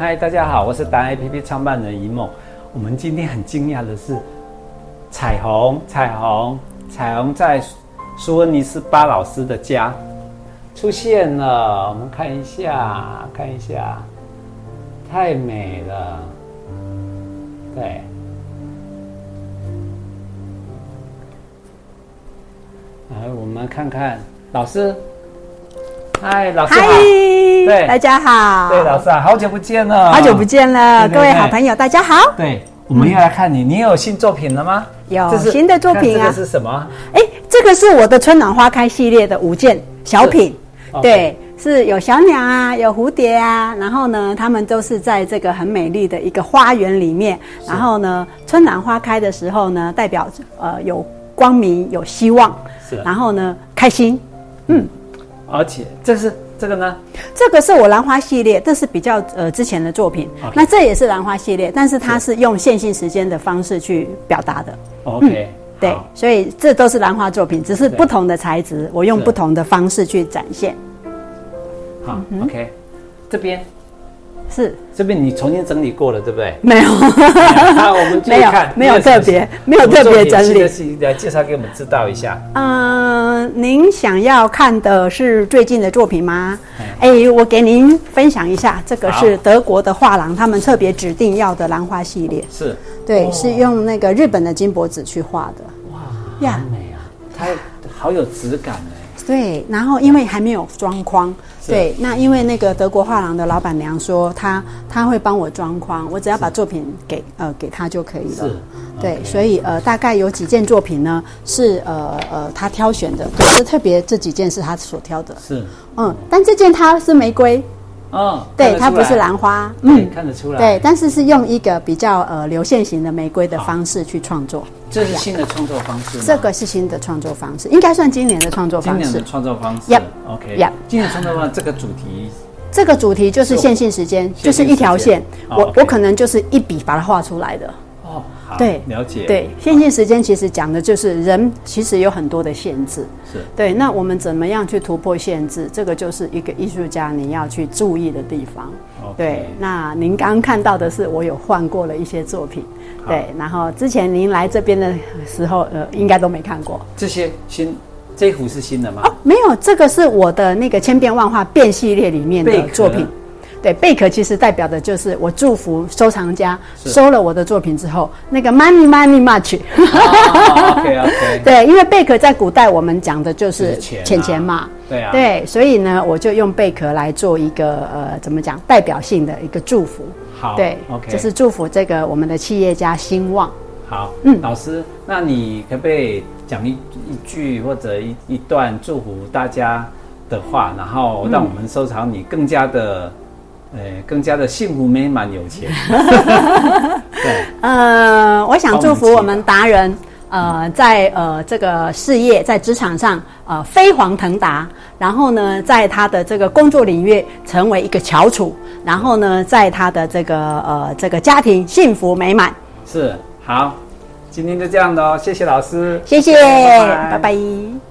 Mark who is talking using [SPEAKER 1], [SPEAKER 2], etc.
[SPEAKER 1] 嗨，大家好，我是达 A P P 创办人一梦。我们今天很惊讶的是，彩虹，彩虹，彩虹在苏温尼斯巴老师的家出现了。我们看一下，看一下，太美了。对，来，我们看看老师。嗨， 老师
[SPEAKER 2] 嗨
[SPEAKER 1] 好。，对
[SPEAKER 2] 大家好，
[SPEAKER 1] 对，老师啊，好久不见了，
[SPEAKER 2] 好久不见了，
[SPEAKER 1] 对对
[SPEAKER 2] 各位
[SPEAKER 1] 对
[SPEAKER 2] 好朋友，大家好。
[SPEAKER 1] 对，我们要来看你，你有新作品了吗？
[SPEAKER 2] 嗯有
[SPEAKER 1] 这是
[SPEAKER 2] 新的作品啊
[SPEAKER 1] 看这个是什么？
[SPEAKER 2] 哎，这个是我的春暖花开系列的五件小品
[SPEAKER 1] 是哦，
[SPEAKER 2] 对，是有小鸟啊，有蝴蝶啊，然后呢，它们都是在这个很美丽的一个花园里面，然后呢，春暖花开的时候呢，代表呃有光明，有希望，
[SPEAKER 1] 是，
[SPEAKER 2] 然后呢，开心。
[SPEAKER 1] 而且这是这个呢？
[SPEAKER 2] 这个是我兰花系列，这是比较呃之前的作品
[SPEAKER 1] OK
[SPEAKER 2] 那这也是兰花系列，但是它是用线性时间的方式去表达的。
[SPEAKER 1] OK，
[SPEAKER 2] 嗯对
[SPEAKER 1] 好，
[SPEAKER 2] 所以这都是兰花作品，只是
[SPEAKER 1] 对
[SPEAKER 2] 不同的材质，我用
[SPEAKER 1] 是
[SPEAKER 2] 不同的方式去展现。
[SPEAKER 1] 好，OK，这
[SPEAKER 2] 嗯
[SPEAKER 1] 边
[SPEAKER 2] 是？
[SPEAKER 1] 这边你重新整理过了，对不对
[SPEAKER 2] 没有，
[SPEAKER 1] 那我们继
[SPEAKER 2] 没
[SPEAKER 1] 续
[SPEAKER 2] 有
[SPEAKER 1] 看，，
[SPEAKER 2] 没有特别，没有特别整理。
[SPEAKER 1] 理，来介绍给我们知道一下。
[SPEAKER 2] 嗯、您想要看的是最近的作品吗？哎、
[SPEAKER 1] 嗯
[SPEAKER 2] 我给您分享一下，这个
[SPEAKER 1] 好
[SPEAKER 2] 是德国的画廊他们特别指定要的兰花系列，
[SPEAKER 1] 是，
[SPEAKER 2] 对，
[SPEAKER 1] 哦
[SPEAKER 2] 是用那个日本的金箔纸去画的。
[SPEAKER 1] 哇，
[SPEAKER 2] 呀
[SPEAKER 1] 好美啊，它好有质感哎，
[SPEAKER 2] 对，然后因为还没有装框，
[SPEAKER 1] 是
[SPEAKER 2] 对，那因为那个德国画廊的老板娘说，她她会帮我装框，我只要把作品给呃给她就可以了
[SPEAKER 1] 是。
[SPEAKER 2] 对
[SPEAKER 1] OK
[SPEAKER 2] 所以呃大概有几件作品呢是呃呃她挑选的，对，是特别这几件是她所挑的，
[SPEAKER 1] 是，
[SPEAKER 2] 嗯，但这件它是玫瑰，
[SPEAKER 1] 嗯，看
[SPEAKER 2] 对，
[SPEAKER 1] 得
[SPEAKER 2] 它
[SPEAKER 1] 出
[SPEAKER 2] 不是
[SPEAKER 1] 来，
[SPEAKER 2] 兰花，
[SPEAKER 1] 嗯，，看得出来，
[SPEAKER 2] 对，，但是是用一个比较呃流线型的玫瑰的方式去创作，
[SPEAKER 1] 这是新的创作方式吗，
[SPEAKER 2] 这个是新的创作方式，应该算今年的创作
[SPEAKER 1] 今
[SPEAKER 2] 方
[SPEAKER 1] 年
[SPEAKER 2] 式
[SPEAKER 1] 的。创作方式
[SPEAKER 2] Yep
[SPEAKER 1] ，OK，
[SPEAKER 2] Yep
[SPEAKER 1] 今年创作方式这个主题
[SPEAKER 2] 这个主题就是线性时间，
[SPEAKER 1] 是
[SPEAKER 2] 就是一条线
[SPEAKER 1] 线性时。间
[SPEAKER 2] 我、
[SPEAKER 1] 哦，OK
[SPEAKER 2] 我可能就是一笔把它画出来的。
[SPEAKER 1] 哦，好
[SPEAKER 2] 对，
[SPEAKER 1] 了解，
[SPEAKER 2] 对，线性时间其实讲的就是人其实有很多的限制。
[SPEAKER 1] 是
[SPEAKER 2] 对，那我们怎么样去突破限制？这个就是一个艺术家你要去注意的地方。
[SPEAKER 1] ，OK，
[SPEAKER 2] 对，那您刚刚看到的是我有换过了一些作品，
[SPEAKER 1] 好
[SPEAKER 2] 对，然后之前您来这边的时候，呃，应该都没看过
[SPEAKER 1] 这些新这一幅是新 的吗？
[SPEAKER 2] 哦，没有，这个是我的那个千变万化变系列里面
[SPEAKER 1] 贝
[SPEAKER 2] 的
[SPEAKER 1] 壳
[SPEAKER 2] 作品。对，贝壳其实代表的就是我祝福收藏家
[SPEAKER 1] 是
[SPEAKER 2] 收了我的作品之后，那个 money money much。
[SPEAKER 1] ，OK OK，
[SPEAKER 2] 对，因为贝壳在古代我们讲的就是
[SPEAKER 1] 就是钱啊
[SPEAKER 2] 钱钱嘛，
[SPEAKER 1] 对啊，，
[SPEAKER 2] 对，所以呢，我就用贝壳来做一个呃，怎么讲，代表性的一个祝福。
[SPEAKER 1] 好，
[SPEAKER 2] 对
[SPEAKER 1] ，OK，
[SPEAKER 2] 就是祝福这个我们的企业家兴旺。
[SPEAKER 1] 好，嗯，
[SPEAKER 2] 嗯
[SPEAKER 1] 老师，那你可不可以讲一一句或者一一段祝福大家的话，然后让我们收藏你更加的，呃，更加的幸福美满有 钱，对，
[SPEAKER 2] 呃，我想祝福我们达人，呃，在呃这个事业在职场上呃飞黄腾达，然后呢，在他的这个工作领域成为一个翘楚，然后呢，在他的这个呃这个家庭幸福美满。
[SPEAKER 1] 是好，今天就这样喽，谢谢老师，
[SPEAKER 2] 谢谢，
[SPEAKER 1] 拜拜
[SPEAKER 2] 拜拜